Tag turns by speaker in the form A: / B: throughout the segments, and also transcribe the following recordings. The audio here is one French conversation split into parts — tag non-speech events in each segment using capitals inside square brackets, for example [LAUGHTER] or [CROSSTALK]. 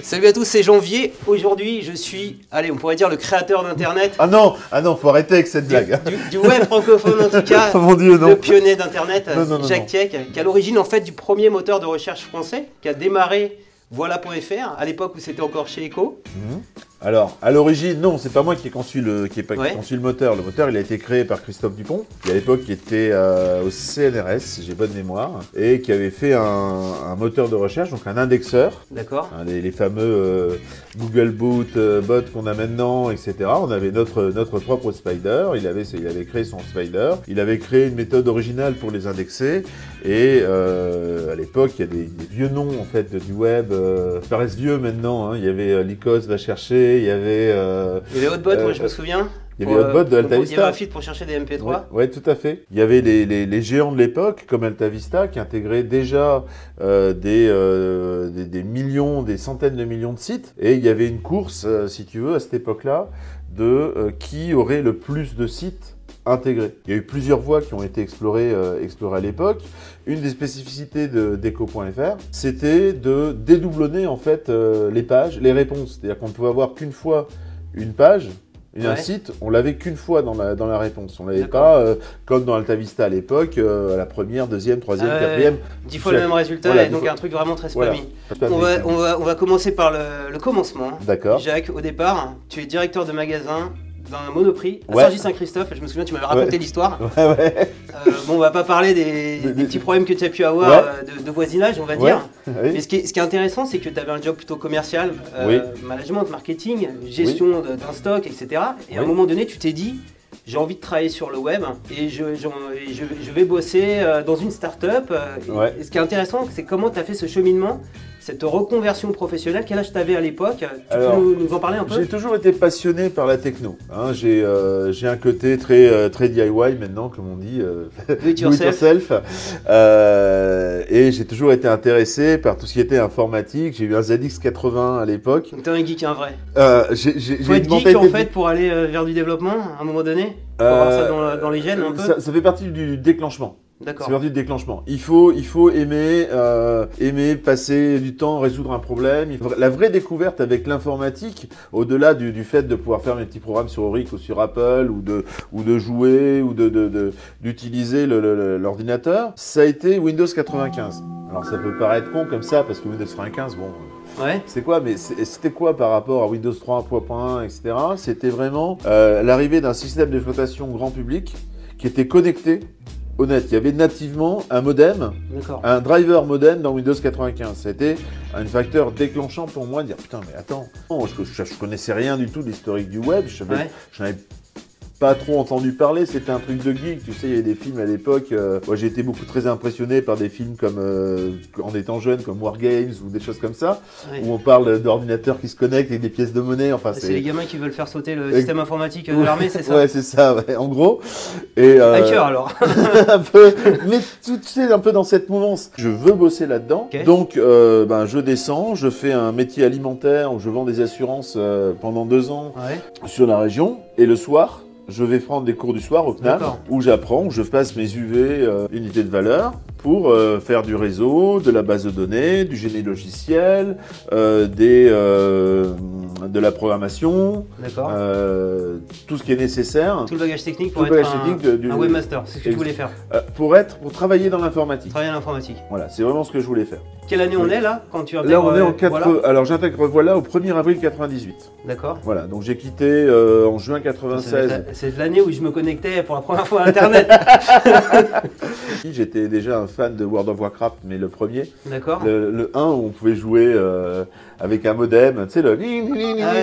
A: Salut à tous, c'est Janvier. Aujourd'hui, je suis, allez, on pourrait dire le créateur d'Internet,
B: Ah non, ah non, faut arrêter avec cette blague.
A: du, du web francophone en tout
B: [LAUGHS]
A: cas,
B: Oh mon dieu, non.
A: le pionnier d'Internet,
B: Non, non, non,
A: Jacques
B: non.
A: Tieck, qui est à l'origine en fait du premier moteur de recherche français, qui a démarré voilà.fr, à l'époque où c'était encore chez Echo.
B: Alors, à l'origine, non, c'est pas moi qui ai conçu le, qui ai pas- qui ai
A: Ouais.
B: conçu le moteur. Le moteur, il a été créé par Christophe Dupont, qui à l'époque était euh, au CNRS, si j'ai bonne mémoire, et qui avait fait un, un moteur de recherche, donc un indexeur,
A: D'accord
B: hein, les, les fameux euh, Google Boot, euh, bot qu'on a maintenant, etc. On avait notre, notre propre Spider, il avait, il avait créé son Spider, il avait créé une méthode originale pour les indexer, Et euh, à l'époque, il y a des, des vieux noms en fait de- du web. Euh, qui paraissent vieux maintenant. hein. Il y avait euh, Lycos va chercher. Il y avait euh,
A: Il y avait Hotbot,
B: Euh,
A: moi je me souviens.
B: il y avait
A: Pour,
B: Hotbot de
A: euh,
B: Alta
A: Il y avait un
B: Vista.
A: feed pour chercher des MP3.
B: Ouais, ouais, tout à fait. Il y avait les, les- les géants de l'époque, comme Altavista, qui intégraient déjà euh, des, euh, des, des millions, des centaines de millions de sites. Et il y avait une course, euh, si tu veux, à cette époque-là, de euh, qui aurait le plus de sites intégrés. Il y a eu plusieurs voies qui ont été explorées, euh, explorées à l'époque. Une des spécificités de d'Eco.fr, c'était de dédoublonner en fait euh, les pages, les réponses. C'est-à-dire qu'on ne pouvait avoir qu'une fois une page, une- un
A: Ouais.
B: site, on l'avait qu'une fois dans la, dans la réponse. On l'avait
A: D'accord.
B: pas euh, comme dans Altavista à l'époque, euh, à la première, deuxième, troisième,
A: Ah ouais,
B: quatrième.
A: Dix fois le
B: Voilà,
A: même résultat,
B: voilà,
A: et donc
B: dix fois-
A: un truc vraiment très
B: Voilà.
A: spammy. On, va, on, va, on va commencer par le, le commencement.
B: D'accord.
A: Jacques, au départ, tu es directeur de magasin d'un monoprix à
B: Ouais.
A: Saint-Jean-Saint-Christophe. Je me souviens, tu m'avais raconté
B: Ouais.
A: l'histoire.
B: [LAUGHS] Ouais, ouais.
A: Euh, bon, on va pas parler des,
B: Des-
A: des
B: des-
A: petits problèmes que tu as pu avoir
B: Ouais.
A: euh, de, de voisinage, on va
B: Ouais.
A: dire.
B: Oui.
A: Mais ce qui est, ce qui est intéressant, c'est que tu avais un job plutôt commercial, euh, management, marketing, gestion de- d'un stock, etc. Et à un
B: Oui.
A: moment donné, tu t'es dit, j'ai envie de travailler sur le web et je, j'en- et je- je vais bosser euh, dans une start-up. euh, et-
B: Ouais.
A: Et ce qui est intéressant, c'est comment tu as fait ce cheminement, cette reconversion professionnelle. Quel âge tu avais à l'époque Tu
B: Alors,
A: peux nous, nous en parler un peu
B: J'ai toujours été passionné par la techno. hein. J'ai euh, j'ai un côté très, euh, très DIY maintenant, comme on dit, euh,
A: Do it
B: [LAUGHS] do it
A: yourself.
B: yourself. Euh, et j'ai toujours été intéressé par tout ce qui était informatique. J'ai eu un ZX80 à l'époque.
A: Donc t'es un geek, un vrai.
B: Euh, j'ai- j'ai
A: Faut
B: j'ai une
A: être geek en
B: mentalité-
A: fait pour aller euh, vers du développement à un moment donné. Faut avoir ça dans, la- dans les gènes un peu.
B: Euh, Ça- ça fait partie du déclenchement.
A: D'accord.
B: C'est parti du déclenchement. Il faut, il faut aimer, euh, aimer passer du temps, résoudre un problème. La vraie découverte avec l'informatique, au-delà du, du fait de pouvoir faire mes petits programmes sur Auric ou sur Apple ou de, ou de jouer ou de, de- de- d'utiliser le- le- le- l'ordinateur, ça a été Windows 95. Alors ça peut paraître con comme ça parce que Windows 95, bon, euh,
A: Ouais.
B: c'est quoi Mais c'est- c'était quoi par rapport à Windows 3.1, etc. C'était vraiment euh, l'arrivée d'un système d'exploitation grand public qui était connecté au net. Il y avait nativement un modem,
A: D'accord.
B: un driver modem dans Windows 95. C'était un facteur déclenchant pour moi de dire putain mais attends, non, je, je- je connaissais rien du tout de l'historique du web, je savais
A: Ouais.
B: J'en avais pas trop entendu parler, c'était un truc de geek, tu sais, il y avait des films à l'époque, euh, moi j'ai été beaucoup très impressionné par des films comme, euh, en étant jeune, comme War Games ou des choses comme ça,
A: Ouais. Ah,
B: où on parle d'ordinateurs qui se connectent avec des pièces de monnaie, enfin
A: C'est les
B: c'est...
A: gamins qui veulent faire sauter le
B: Euh,
A: système informatique de l'armée, c'est ça
B: Ouais, c'est ça, ouais, en gros. Et, euh,
A: Hacker alors
B: [LAUGHS] un peu, mais tout c'est un peu dans cette mouvance. Je veux bosser là-dedans,
A: Ok.
B: donc euh, ben, je descends, je fais un métier alimentaire où je vends des assurances euh, pendant deux ans
A: Ouais,
B: sur la région et le soir je vais prendre des cours du soir au CNAM
A: D'accord.
B: où j'apprends, où je passe mes UV euh, unités de valeur pour euh, faire du réseau, de la base de données, du génie logiciel, euh, des, euh, de la programmation,
A: d'accord.
B: euh, tout ce qui est nécessaire
A: tout le bagage technique
B: tout
A: pour
B: le
A: être
B: bagage
A: un,
B: technique de- du-
A: un webmaster, c'est ce que tu
B: Ex-
A: voulais faire,
B: euh, pour être, pour travailler dans l'informatique.
A: travailler à l'informatique.
B: Voilà, c'est vraiment ce que je voulais faire.
A: Quelle année on est là quand tu euh,
B: Là, on est en 4...
A: quatre.
B: Alors, j'intègre voilà au 1er avril 98.
A: D'accord.
B: Voilà, donc j'ai quitté euh, en juin
A: C'est
B: 96.
A: la- C'est l'année où je me connectais pour la première fois à Internet.
B: [LAUGHS] J'étais déjà un fan de World of Warcraft, mais le premier.
A: D'accord.
B: Le, le 1 où on pouvait jouer euh, avec un modem, tu sais,
A: Ah
B: le. [LAUGHS]
A: ouais. Alors,
B: Là,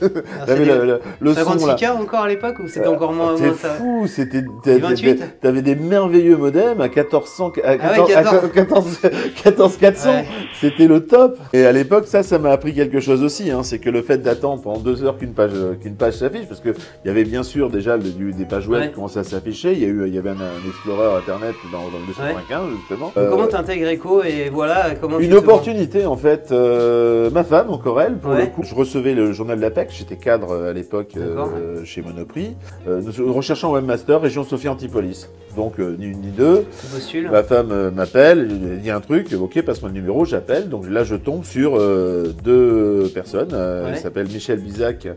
B: mais
A: c'était-
B: le, le- le
A: T'avais
B: son là. Euh,
A: 26K encore à l'époque ou c'était encore moins,
B: C'était
A: moins ça
B: fou, c'était. t'avais-
A: 28.
B: T'avais des merveilleux modems à 1400, à 14,
A: 14.
B: à 14, 14
A: Ah
B: 400.
A: Ouais.
B: C'était le top. Et à l'époque, ça, ça m'a appris quelque chose aussi. Hein, c'est que le fait d'attendre pendant deux heures qu'une page, euh, qu'une page s'affiche, parce que il y avait bien sûr déjà le- du- des pages web
A: Ouais.
B: qui commençaient à s'afficher. Il y a eu, il y avait un, un explorer internet dans, dans le 295 justement.
A: Donc, Comment
B: Euh,
A: t'intègres Echo et voilà comment tu
B: une
A: te vends
B: opportunité en fait. euh, ma femme, encore elle, pour
A: Ouais.
B: le coup, je recevais le journal de l'APEC, j'étais cadre euh, à l'époque euh,
A: D'accord.
B: chez Monoprix. Euh, nous recherchons un webmaster, région Sophie Antipolis. Donc euh, ni une ni deux.
A: Tu postules.
B: Ma femme euh, m'appelle, il y a un truc, ok, passe-moi le numéro, j'appelle. Donc là, je tombe sur euh, deux, personnes. euh,
A: Ouais.
B: Ils s'appellent Michel Bizac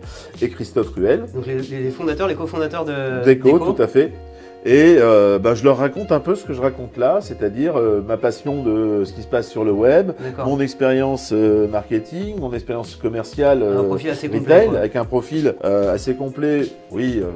B: et Christophe Ruel.
A: Donc les, les fondateurs, les cofondateurs de
B: Déco, tout à fait. Et euh, ben, je leur raconte un peu ce que je raconte là, c'est-à-dire euh, ma passion de ce qui se passe sur le web,
A: D'accord.
B: mon expérience euh, marketing, mon expérience commerciale
A: Un
B: euh,
A: profil assez complet.
B: retail,
A: quoi.
B: avec un profil euh, assez complet. Oui, euh,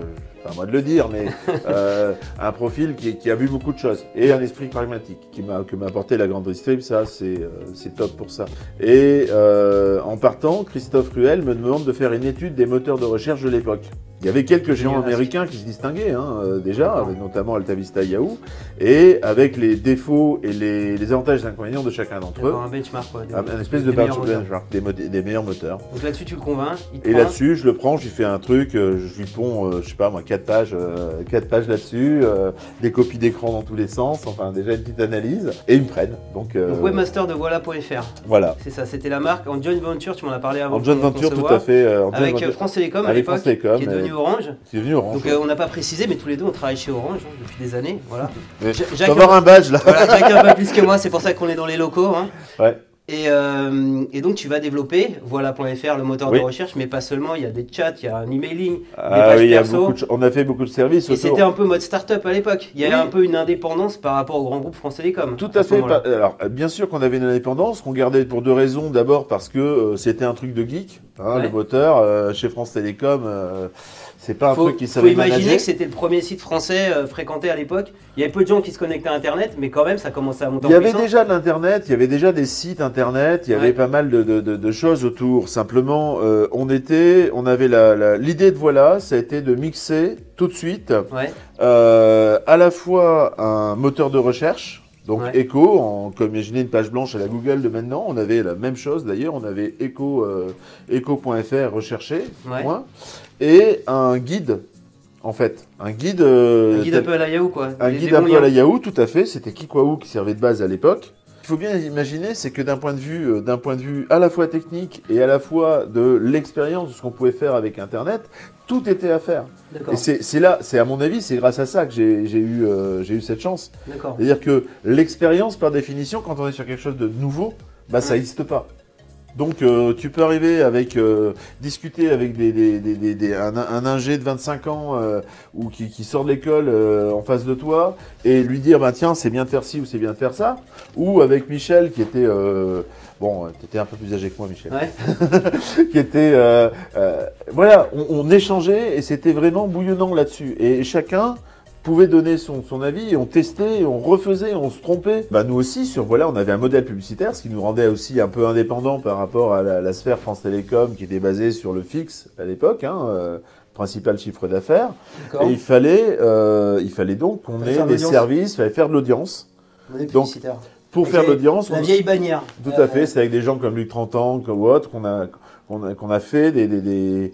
B: c'est à moi de le dire,
A: [LAUGHS]
B: mais euh, un profil qui, qui a vu beaucoup de choses et un esprit pragmatique qui m'a que m'a apporté la grande strip. Ça, c'est euh, c'est top pour ça. Et euh, en partant, Christophe Ruel me demande de faire une étude des moteurs de recherche de l'époque. Il y avait quelques géants
A: Génial.
B: américains qui se distinguaient hein, euh, déjà, avec notamment AltaVista et Yahoo, et avec les défauts et les, les avantages et les inconvénients de chacun d'entre eux.
A: D'accord, un benchmark. quoi, des-
B: Ah, Un, un bah, espèce
A: des
B: de
A: meilleurs
B: benchmark,
A: moteurs. Ah.
B: des mo- des meilleurs moteurs.
A: Donc là-dessus, tu le convaincs. Il te
B: Et
A: prend.
B: là-dessus, je le prends, je lui fais un truc, euh, je lui ponds, euh, je sais pas moi, quatre pages, euh, quatre pages là-dessus, euh, des copies d'écran dans tous les sens, enfin déjà une petite analyse, et ils me prennent. Donc, euh,
A: Donc webmaster de voilà.fr.
B: voilà.
A: C'est ça, c'était la marque. En joint venture, tu m'en as parlé avant.
B: En joint
A: qu'on- qu'on
B: venture,
A: se
B: tout
A: voit.
B: à fait. euh, en joint
A: Avec euh,
B: venture,
A: France Télécom à
B: avec
A: l'époque,
B: France Télécom,
A: qui est devenu
B: euh,
A: Orange.
B: qui est devenu orange.
A: Donc euh, on n'a pas précisé, mais tous les deux on travaille chez Orange hein, depuis des années. Voilà.
B: Mais
A: Ja-
B: faut
A: Jacques,
B: avoir un badge là.
A: voilà, Jacques un peu plus que moi, c'est pour ça qu'on est dans les locaux. hein.
B: Ouais.
A: Et, euh, et donc tu vas développer voilà.fr, le moteur
B: Oui.
A: de recherche, mais pas seulement, il y a des chats, il y a un emailing.
B: Ah oui, il y a
A: perso.
B: beaucoup de ch- on a fait beaucoup de services
A: Et
B: autour.
A: c'était un peu mode start-up à l'époque. Il y avait
B: Oui.
A: un peu une indépendance par rapport au grand groupe France Télécom.
B: Tout à
A: ce
B: fait.
A: moment-là.
B: Pas- Alors, euh, bien sûr qu'on avait une indépendance, qu'on gardait pour deux raisons. D'abord parce que euh, c'était un truc de geek, hein,
A: Ouais.
B: le moteur euh, chez France Télécom, euh, c'est pas un
A: Faut,
B: truc qui
A: faut
B: savait
A: imaginer
B: manager.
A: que c'était le premier site français euh, fréquenté à l'époque. Il y avait peu de gens qui se connectaient à Internet, mais quand même, ça commençait à monter
B: Il y
A: en
B: avait
A: puissance.
B: déjà de l'internet, il y avait déjà des sites internet, il y
A: Ouais.
B: avait pas mal de, de- de- de choses autour. Simplement, euh, on était, on avait la- la- l'idée de voilà, ça a été de mixer tout de suite
A: Ouais.
B: euh, à la fois un moteur de recherche. Donc
A: Ouais.
B: Echo, en, comme imaginez une page blanche à la Google de maintenant, on avait la même chose d'ailleurs, on avait Echo, euh, Echo.fr recherché,
A: Ouais.
B: point, et un guide en fait, un guide, euh,
A: Un guide
B: tel-
A: un peu à la Yahoo, quoi.
B: un
A: Des-
B: guide
A: des
B: un
A: bons
B: peu à la
A: liens.
B: Yahoo, tout à fait. C'était Kikwaou qui servait de base à l'époque. Il faut bien imaginer, c'est que d'un point de vue, euh, d'un point de vue à la fois technique et à la fois de l'expérience de ce qu'on pouvait faire avec Internet, tout était à faire.
A: D'accord.
B: Et c'est c'est là, c'est à mon avis, c'est grâce à ça que j'ai j'ai eu, euh, j'ai eu cette chance.
A: D'accord.
B: C'est-à-dire que l'expérience, par définition, quand on est sur quelque chose de nouveau, bah, ça
A: Ouais.
B: n'existe pas. Donc euh, tu peux arriver avec euh, discuter avec des, des- des- des- des- un, un ingé de 25 ans euh, ou qui, qui sort de l'école euh, en face de toi et lui dire bah tiens c'est bien de faire ci ou c'est bien de faire ça ou avec Michel qui était euh, bon t'étais un peu plus âgé que moi Michel
A: Ouais.
B: [LAUGHS] qui était euh, euh, voilà on, on échangeait et c'était vraiment bouillonnant là-dessus et chacun pouvait donner son, son avis, et on testait, et on refaisait, et on se trompait. Bah nous aussi, sur voilà, on avait un modèle publicitaire, ce qui nous rendait aussi un peu indépendants par rapport à la, la sphère France Télécom qui était basée sur le fixe à l'époque, hein, euh, principal chiffre d'affaires.
A: D'accord.
B: Et il fallait, euh, il fallait donc qu'on
A: Fallait
B: ait
A: faire de
B: des
A: l'audience.
B: services, fallait faire de l'audience.
A: On est
B: donc,
A: publicitaire.
B: Pour
A: Ok.
B: faire de l'audience,
A: La
B: on-
A: vieille bannière.
B: tout
A: Euh,
B: à fait, c'est avec des gens comme Luc Trentan que- ou autres qu'on a, qu'on a, qu'on a fait des, des, des-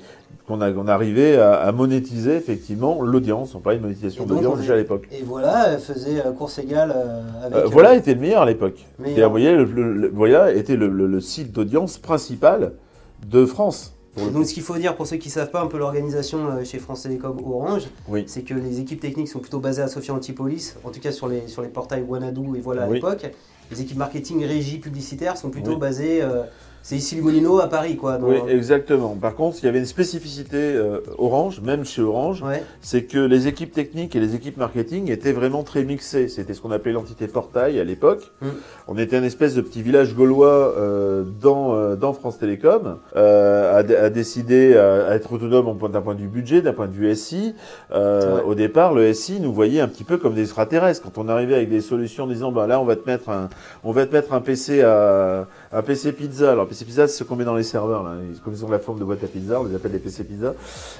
B: qu'on a, qu'on arrivait à, à monétiser effectivement l'audience. On parlait de monétisation
A: Et donc,
B: d'audience
A: on est-
B: déjà à l'époque.
A: Et voilà, elle faisait euh, course égale euh, avec.
B: Euh, voilà était le meilleur à l'époque.
A: Mais-
B: Et, euh, Voilà, le- le- le- voilà était le, le- le site d'audience principal de France. pour le
A: Donc ce qu'il faut dire pour ceux qui ne savent pas un peu l'organisation euh, chez France Télécom Orange,
B: Oui.
A: c'est que les équipes techniques sont plutôt basées à Sofia Antipolis, en tout cas sur les, sur les portails Wanadoo et voilà à
B: Oui.
A: l'époque. Les équipes marketing, régie, publicitaire sont plutôt
B: Oui.
A: basées, euh, c'est ici le Molino à Paris quoi. dans-
B: Oui, exactement. Par contre, il y avait une spécificité euh, Orange, même chez Orange,
A: Ouais,
B: c'est que les équipes techniques et les équipes marketing étaient vraiment très mixées. C'était ce qu'on appelait l'entité portail à l'époque.
A: Mm.
B: On était un espèce de petit village gaulois euh, dans, euh, dans France Télécom, euh, à, dé- à décider euh, à, à être autonome en point- d'un point de vue budget, d'un point de vue SI. Euh,
A: C'est vrai.
B: au départ, le SI nous voyait un petit peu comme des extraterrestres. Quand on arrivait avec des solutions en disant, bah là, on va te mettre un, on va te mettre un PC à, un PC pizza. Alors, PC pizza, c'est ce qu'on met dans les serveurs, là. Ils- Comme ils ont la forme de boîte à pizza, on les appelle des PC pizza.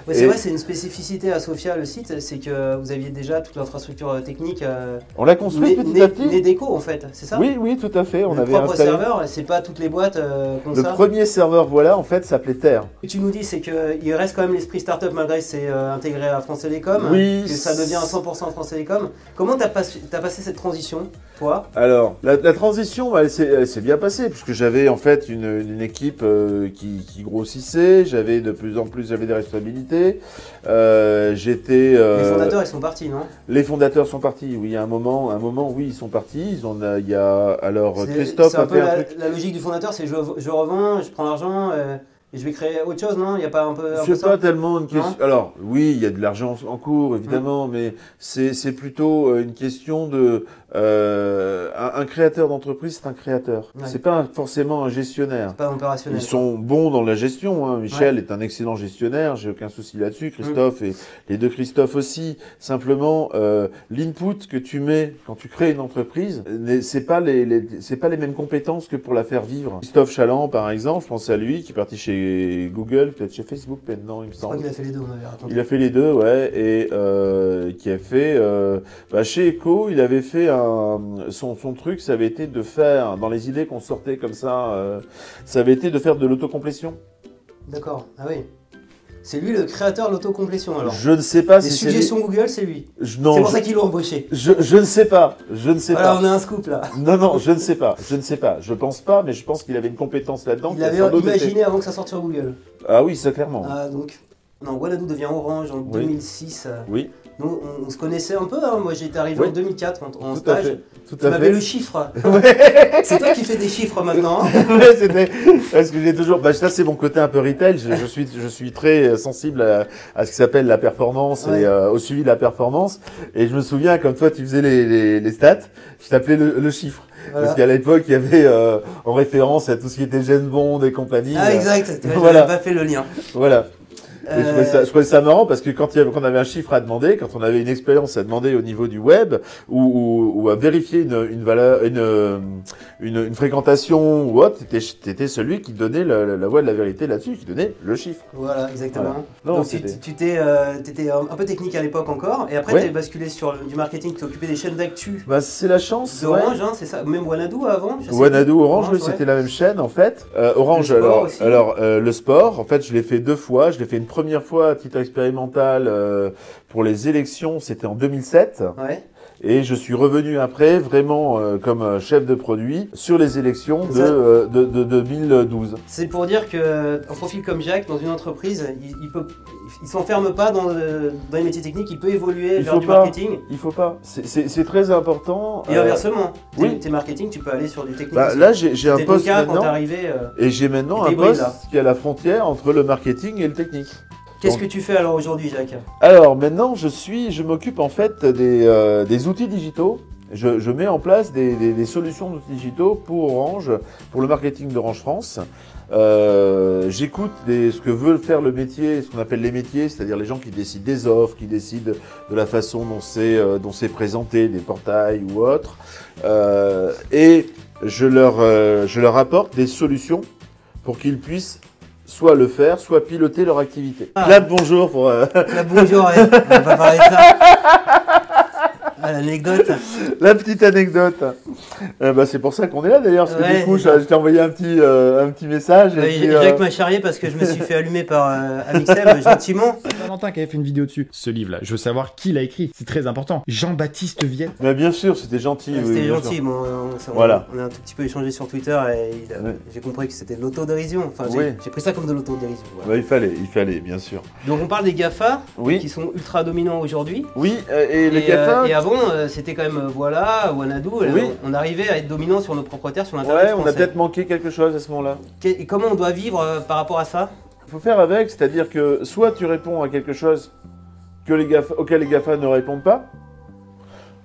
A: Ouais, c'est
B: Et-
A: vrai, c'est une spécificité à Sofia le site, c'est que vous aviez déjà toute l'infrastructure euh, technique euh,
B: On l'a construit
A: née-
B: petit
A: née-
B: à petit.
A: née déco en fait, c'est ça
B: Oui, oui, tout à fait. On
A: le
B: avait
A: propre
B: installé.
A: serveur, c'est pas toutes les boîtes euh, qui ont
B: Le
A: ça.
B: premier serveur, voilà, en fait, s'appelait Terre.
A: Ce que tu nous dis, c'est qu'il reste quand même l'esprit startup malgré que c'est euh, intégré à France Télécom,
B: Oui,
A: que ça devient à 100% France Télécom. Comment t'as pas- t'as passé cette transition, toi
B: Alors, la, la transition, bah, elle s'est elle s'est bien passée, puisque j'avais en fait une, une équipe euh, qui, qui grossissait, j'avais de plus en plus, j'avais des responsabilités, euh, j'étais... euh,
A: Les fondateurs, ils sont partis, non
B: les fondateurs sont partis, oui, à un moment, à un moment, oui, ils sont partis, ils en a, il y a... Alors,
A: C'est-
B: Christophe
A: C'est un
B: a
A: peu
B: fait un
A: la,
B: truc...
A: la logique du fondateur, c'est je, je revends, je prends l'argent, euh, Et je vais créer autre chose, non Il n'y a pas un peu. un peu
B: C'est
A: ça
B: pas tellement une question. Alors, oui, il y a de l'argent en cours, évidemment, mais c'est c'est plutôt euh, une question de. euh, un, un créateur d'entreprise, c'est un créateur.
A: Ouais.
B: C'est pas un- forcément un gestionnaire.
A: C'est pas opérationnel.
B: Ils sont bons dans la gestion. hein. Michel est un excellent gestionnaire, j'ai aucun souci là-dessus. Christophe et les deux Christophe aussi. Simplement, euh, l'input que tu mets quand tu crées une entreprise, euh, n'est- c'est pas les, les- c'est pas les mêmes compétences que pour la faire vivre. Christophe Chaland, par exemple, je pense à lui, qui est parti chez Google, peut-être chez Facebook maintenant, il me
A: Je crois
B: semble.
A: qu'il a fait les deux, on avait raconté.
B: Il a fait les deux, ouais, et euh, qui a fait. euh, bah, chez Echo, il avait fait un. Son, son truc, ça avait été de faire, dans les idées qu'on sortait comme ça, euh, ça avait été de faire de l'autocomplétion.
A: D'accord, ah oui. C'est lui le créateur de l'autocomplétion alors.
B: Je ne sais pas
A: Les
B: si c'est.
A: suggestions Google, c'est lui.
B: les- Je,
A: C'est
B: non,
A: pour
B: je,
A: ça qu'ils l'ont embauché.
B: je, je ne sais pas. Je ne sais
A: Voilà,
B: pas.
A: on a un scoop là.
B: Non, non, je ne sais pas. Je ne sais pas. Je pense pas, mais je pense qu'il avait une compétence là-dedans.
A: Il
B: qui a sans
A: l'avait
B: doute été-
A: imaginé avant que ça sorte sur Google.
B: Ah oui, ça clairement.
A: Ah, donc. Non, Wanadoo devient Orange en
B: Oui.
A: 2006. euh,
B: Oui,
A: Nous, on, on se connaissait un peu, hein. moi j'étais arrivé
B: Oui.
A: en 2004 en, en
B: tout à
A: stage.
B: fait. Tout
A: Tu
B: à
A: m'avais
B: fait.
A: le
B: [LAUGHS]
A: chiffre. C'est toi qui fais des chiffres maintenant. hein.
B: Ouais, c'était parce que j'ai toujours. Bah, ça, c'est mon côté un peu retail. Je, je suis, je suis très euh, sensible à, à ce qui s'appelle la performance
A: Ouais.
B: et euh, au suivi de la performance. Et je me souviens, comme toi, tu faisais les, les, les stats, je t'appelais le, le chiffre
A: Voilà.
B: parce qu'à l'époque, il y avait euh, en référence à tout ce qui était James Bond et compagnie.
A: Ah,
B: euh,
A: exact, tu vois,
B: Voilà.
A: j'avais pas fait le lien.
B: Voilà. Et je, trouvais
A: Euh,
B: ça, je trouvais ça marrant parce que quand, il y avait, quand on avait un chiffre à demander, quand on avait une expérience à demander au niveau du web ou, ou- ou à vérifier une, une valeur, une, euh, une, une fréquentation ou autre, t'étais, t'étais celui qui donnait la, la- la voix de la vérité là-dessus, qui donnait le chiffre.
A: Voilà, exactement.
B: Voilà. Non,
A: Donc tu
B: c'était-
A: tu t'es euh, t'étais un un peu technique à l'époque encore, et après
B: Ouais.
A: t'es basculé sur le- du marketing, tu occupé des chaînes d'actu
B: Bah, c'est la chance. ouais.
A: d'Orange, hein, c'est ça Même Wanadoo avant je sais
B: Wanadoo,
A: plus.
B: Orange, oui,
A: ouais.
B: c'était la même chaîne en fait. Euh, Orange,
A: Le sport
B: alors,
A: aussi.
B: alors euh, le sport, en fait, je l'ai fait deux fois. Je l'ai fait une première fois à titre expérimental euh, pour les élections, c'était en 2007.
A: Ouais.
B: Et je suis revenu après, vraiment euh, comme euh, chef de produit, sur les élections de,
A: Ça-
B: euh, de, de 2012.
A: C'est pour dire que un profil comme Jacques, dans une entreprise, il, il peut, il s'enferme pas dans, le- dans les métiers techniques, il peut évoluer
B: Il
A: vers
B: faut
A: du
B: pas.
A: marketing.
B: Il faut pas. C'est- C'est c'est très important.
A: Et
B: Euh,
A: inversement, t'es-
B: oui.
A: t'es marketing, tu peux aller sur du technique.
B: bah,
A: aussi.
B: là, j'ai j'ai un
A: C'était ton
B: poste
A: cas quand t'es
B: maintenant.
A: arrivé. euh,
B: Et j'ai maintenant
A: T'es
B: un
A: hybride,
B: poste
A: là.
B: qui est à la frontière entre le marketing et le technique.
A: Qu'est-ce
B: Donc-
A: que tu fais alors aujourd'hui, [LAUGHS] Jacques
B: Alors maintenant, je suis, je m'occupe en fait des, euh, des outils digitaux. Je, je mets en place des, des- des solutions d'outils digitaux pour Orange, pour le marketing d'Orange France. Euh, J'écoute des- ce que veut faire le métier, ce qu'on appelle les métiers, c'est-à-dire les gens qui décident des offres, qui décident de la façon dont c'est euh, dont c'est présenté, des portails ou autres. Euh, et je leur, euh, je leur apporte des solutions pour qu'ils puissent soit le faire, soit piloter leur activité.
A: Ah.
B: Clap, bonjour pour... euh,
A: Là, bonjour, ouais, on va parler de ça. [LAUGHS] Ah, l'anecdote.
B: La petite anecdote. Euh, bah, c'est pour ça qu'on est là d'ailleurs, parce que
A: Ouais,
B: du coup,
A: c'est ça.
B: je, je t'ai envoyé un petit, euh, un petit message. et
A: Euh,
B: puis, euh,
A: Jacques m'a charrié parce que je me suis fait allumer par euh,
B: [LAUGHS]
A: Amixem, gentiment.
C: Valentin qui avait fait une vidéo dessus. Ce livre-là, je veux savoir qui l'a écrit. C'est très important. Jean-Baptiste Vienne.
B: bah, bien sûr, c'était gentil. oui,
A: Ah, C'était
B: bien
A: gentil, bon, hein, on, on-
B: Voilà.
A: on a un tout petit peu échangé sur Twitter et il a-
B: Ouais.
A: j'ai compris que c'était de l'autodérision. Enfin, j'ai
B: Oui.
A: j'ai pris ça comme de l'autodérision.
B: sûr.
A: voilà.
B: Bah, il fallait, il fallait, bien sûr.
A: Donc on parle des GAFA qui
B: Oui,
A: sont ultra dominants aujourd'hui.
B: oui. euh, et le
A: Et, euh,
B: GAFA,
A: et avant, euh, c'était quand même euh, voilà, Wanadu,
B: Oui.
A: on, on arrivait à être dominant sur nos propres terres, sur l'internet
B: ouais, on a
A: français.
B: peut-être manqué quelque chose à ce moment-là.
A: Que- Et comment on doit vivre euh, par rapport à ça
B: Il faut faire avec, c'est-à-dire que soit tu réponds à quelque chose que les GAFA, auquel les GAFA ne répondent pas,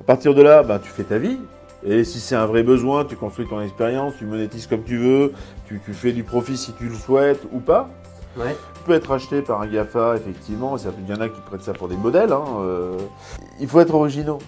B: à partir de là, ben, tu fais ta vie, et si c'est un vrai besoin, tu construis ton expérience, tu monétises comme tu veux, tu, tu fais du profit si tu le souhaites ou pas.
A: Ouais.
B: Tu peux être acheté par un GAFA, effectivement, et ça- il y en a qui prêtent ça pour des modèles. hein, euh. Il faut être originaux,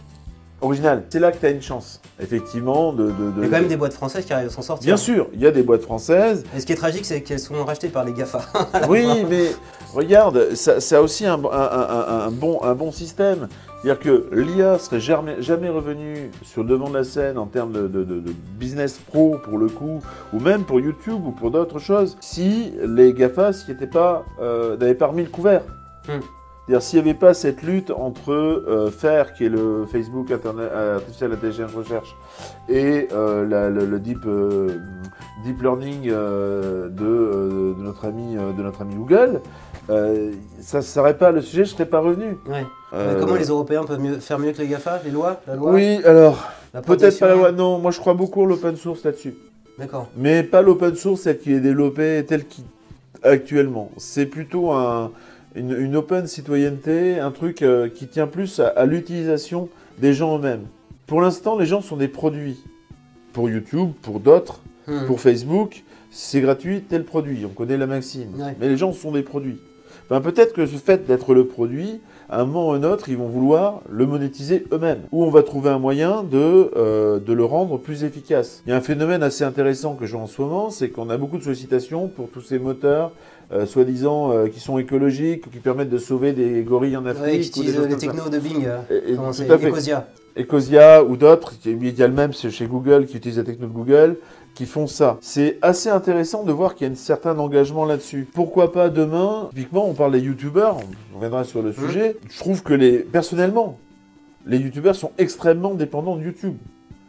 B: original. C'est là que tu as une chance, effectivement, de... de- de-
A: Il y a quand même des boîtes françaises qui arrivent à s'en sortir.
B: Bien sûr, il y a des boîtes françaises,
A: Et ce qui est tragique, c'est qu'elles sont rachetées par les GAFA.
B: [LAUGHS] oui, mais regarde, ça, ça a aussi un, un- un- un- un bon, un bon système. C'est-à-dire que l'IA serait jamais, jamais revenue sur le devant de la scène en termes de, de- de- de business pro pour le coup, ou même pour YouTube ou pour d'autres choses, si les GAFA s'y étaient pas, euh, n'avaient pas remis le couvert.
A: Hmm.
B: C'est-à-dire s'il n'y avait pas cette lutte entre euh, FAIR, qui est le Facebook Internet, euh, Artificial Intelligence Recherche, et euh, la- le, le Deep, euh, deep Learning euh, de, euh, de notre ami, euh, de notre ami Google, euh, ça ne serait pas le sujet, je ne serais pas revenu.
A: [LAUGHS] Ouais.
B: Euh,
A: Mais Comment les Européens peuvent mieux- faire mieux que les GAFA Les lois La loi
B: Oui, alors,
A: La
B: peut-être
A: protection
B: pas la loi. Non, moi je crois beaucoup en l'open source là-dessus.
A: D'accord.
B: Mais pas l'open source tel qu'il est développé, tel qu'il actuellement. C'est plutôt un, une, une open citoyenneté, un truc euh, qui tient plus à, à l'utilisation des gens eux-mêmes. Pour l'instant, les gens sont des produits. Pour YouTube, pour d'autres,
A: Hmm.
B: pour Facebook, c'est gratuit, tel produit. On connaît la maxime.
A: Ouais.
B: Mais les gens sont des produits. Ben, Peut-être que ce fait d'être le produit, à un moment ou à un autre, ils vont vouloir le monétiser eux-mêmes. Ou on va trouver un moyen de, euh, de le rendre plus efficace. Il y a un phénomène assez intéressant que je vois en ce moment, c'est qu'on a beaucoup de sollicitations pour tous ces moteurs, euh, soi-disant, euh, qui sont écologiques, ou qui permettent de sauver des gorilles en
A: Ouais,
B: Afrique.
A: qui
B: ou des
A: utilisent
B: choses
A: les
B: comme ça.
A: technos de Bing. euh,
B: Et- et-
A: comment c'est
B: tout à fait.
A: Ecosia.
B: Ecosia ou d'autres, il y a le même c'est chez Google qui utilise la techno de Google, qui font ça. C'est assez intéressant de voir qu'il y a un certain engagement là-dessus. Pourquoi pas demain, typiquement on parle des youtubeurs, on reviendra sur le sujet, je trouve que les, personnellement, les youtubeurs sont extrêmement dépendants de YouTube,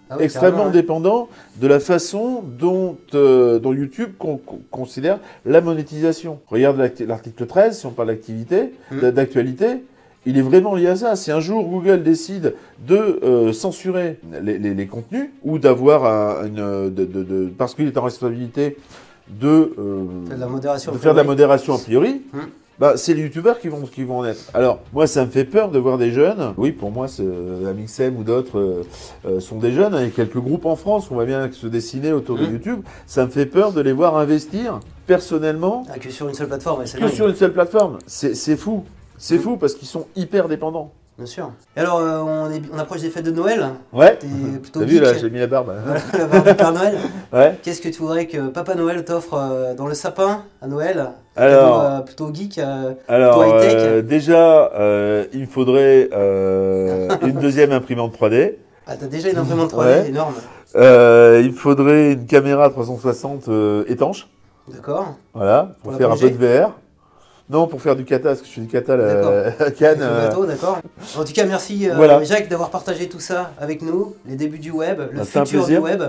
A: Ah ouais,
B: extrêmement
A: carrément, ouais.
B: dépendants de la façon dont, euh, dont YouTube con- con- considère la monétisation. Regarde l'acti- l'article 13, si on parle d'activité,
A: Mhm.
B: d'a- d'actualité, il est vraiment lié à ça. Si un jour Google décide de euh, censurer les, les- les contenus ou d'avoir un- une, euh, de, de- de- parce qu'il est en responsabilité de, euh,
A: Faire de la modération.
B: de faire de la modération a priori.
A: Hmm.
B: Bah, c'est les youtubeurs qui vont, qui vont en être. Alors, moi, ça me fait peur de voir des jeunes. Oui, pour moi, c'est, euh, Amixem ou d'autres euh, euh, sont des jeunes. hein. Il y a quelques groupes en France, on voit bien se dessiner autour de
A: Hmm.
B: YouTube. Ça me fait peur de les voir investir personnellement
A: Ah, que sur une seule plateforme, ouais, c'est
B: que
A: dingue.
B: sur une seule plateforme. C'est c'est fou. C'est
A: Mm.
B: fou parce qu'ils sont hyper dépendants.
A: Bien sûr. Et alors, euh, on, est- on approche des fêtes de Noël. hein.
B: Ouais.
A: T'es plutôt
B: [LAUGHS] T'as vu là,
A: geek.
B: j'ai mis la barbe. hein.
A: Voilà, [LAUGHS] la barbe du Père Noël.
B: Ouais.
A: Qu'est-ce que tu voudrais que Papa Noël t'offre euh, dans le sapin à Noël
B: Alors,
A: Cadeau, euh, Plutôt geek. euh,
B: alors
A: plutôt high-tech.
B: euh, déjà, euh, il me faudrait euh, une deuxième imprimante 3D.
A: Ah, t'as déjà une imprimante 3D
B: Ouais.
A: énorme.
B: Euh, il me faudrait une caméra 360 euh, étanche.
A: D'accord.
B: Voilà,
A: Pour
B: pour,
A: la
B: faire un peu
A: projet.
B: de VR. Non, pour faire du kata, parce que je suis du kata là, [LAUGHS] à
A: Avec
B: Cannes.
A: le
B: euh,
A: bateau, d'accord. En tout cas, merci euh,
B: Voilà.
A: Jacques d'avoir partagé tout ça avec nous, les débuts du web, le
B: Bah, c'est un
A: futur du
B: plaisir.
A: web,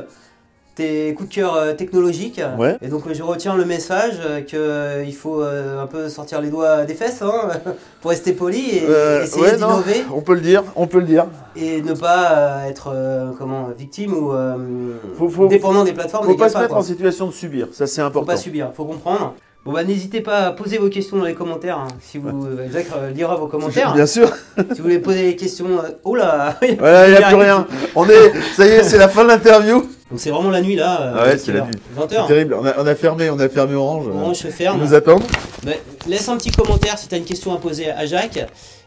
A: tes coups de cœur euh, technologiques.
B: Ouais.
A: Et donc, je retiens le message qu'il faut euh, un peu sortir les doigts des fesses hein, [LAUGHS] pour rester poli et
B: euh,
A: essayer
B: ouais, non,
A: d'innover
B: on peut le dire, on peut le dire.
A: et ne pas euh, être euh, comment victime ou euh,
B: Faut- faut-
A: dépendant des plateformes.
B: Faut
A: des
B: pas se
A: GAFA,
B: mettre
A: quoi.
B: en situation de subir, ça c'est
A: Faut
B: important.
A: pas subir, faut comprendre. Bon bah n'hésitez pas à poser vos questions dans les commentaires. hein, si vous euh, Jacques euh, lira vos commentaires.
B: Bien sûr.
A: Si vous voulez poser des questions, euh, oh là [LAUGHS]
B: Voilà, il n'y a plus
A: Génial.
B: rien. On est, ça y est, c'est la fin de l'interview.
A: Donc c'est vraiment la nuit là. euh,
B: Ah ouais, c'est la nuit. C'est
A: 20h.
B: terrible. On a, on a fermé, on a fermé Orange. Euh,
A: Orange se
B: Ils
A: ferme.
B: nous attendent.
A: Bah, laisse un petit commentaire si t'as une question à poser à Jacques.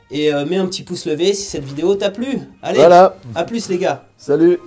A: Et euh, mets un petit pouce levé si cette vidéo t'a plu. Allez,
B: Voilà.
A: à plus les gars.
B: Salut.